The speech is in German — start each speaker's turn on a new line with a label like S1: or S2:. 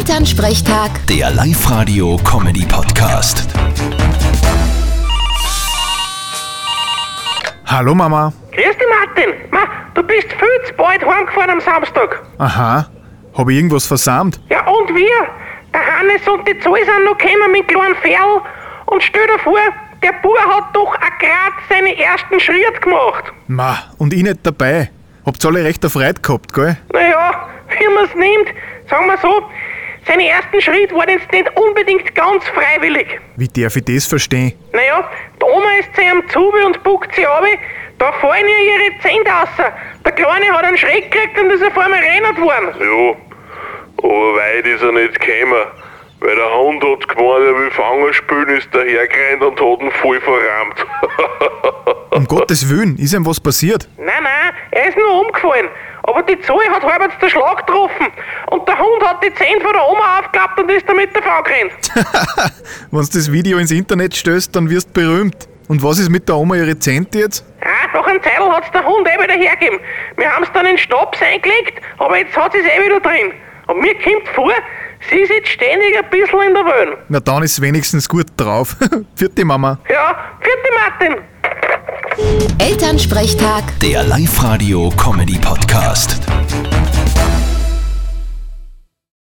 S1: Elternsprechtag,
S2: Der Live-Radio-Comedy-Podcast.
S3: Hallo Mama.
S4: Grüß dich, Martin. Ma, du bist viel zu bald heimgefahren am Samstag.
S3: Aha. Habe ich irgendwas versammelt?
S4: Ja, und wir? Der Hannes und die Zoe sind noch gekommen mit kleinen Ferl. Und stell dir vor, der Bub hat doch auch grad seine ersten Schritte gemacht.
S3: Ma, und ich nicht dabei. Habt's alle recht erfreut gehabt, gell?
S4: Naja, wie man es nimmt, sagen wir so, seine ersten Schritte waren jetzt nicht unbedingt ganz freiwillig.
S3: Wie darf ich das verstehen?
S4: Naja, die Oma ist zu ihrem Zube und buckt sie ab. Da fallen ihr ihre Zähne raus. Der Kleine hat einen Schreck gekriegt und ist auf einmal erinnert worden.
S5: Ja, aber weit ist er nicht gekommen. Weil der Hund hat gemeint, er will Fanger spielen, ist dahergerannt und hat ihn voll verrammt.
S3: Um Gottes Willen, ist ihm was passiert?
S4: Nein, nein, er ist nur umgefallen. Aber die Zoe hat halbwegs den Schlag getroffen. Und der Hund hat die Zähne von der Oma aufgeklappt und ist damit davon gerannt.
S3: Wenn's das Video ins Internet stößt, dann wirst berühmt. Und was ist mit der Oma ihre Zent jetzt?
S4: Ah, nach einem Zeitl hat's der Hund eh wieder hergegeben. Wir haben's dann in Stabs eingelegt, aber jetzt hat sie's eh wieder drin. Und mir kommt vor, sie ist jetzt ständig ein bisschen in der Wöhn.
S3: Na dann ist wenigstens gut drauf. Vierte Mama.
S4: Ja, vierte Martin.
S1: Elternsprechtag.
S2: Der Live-Radio-Comedy-Podcast.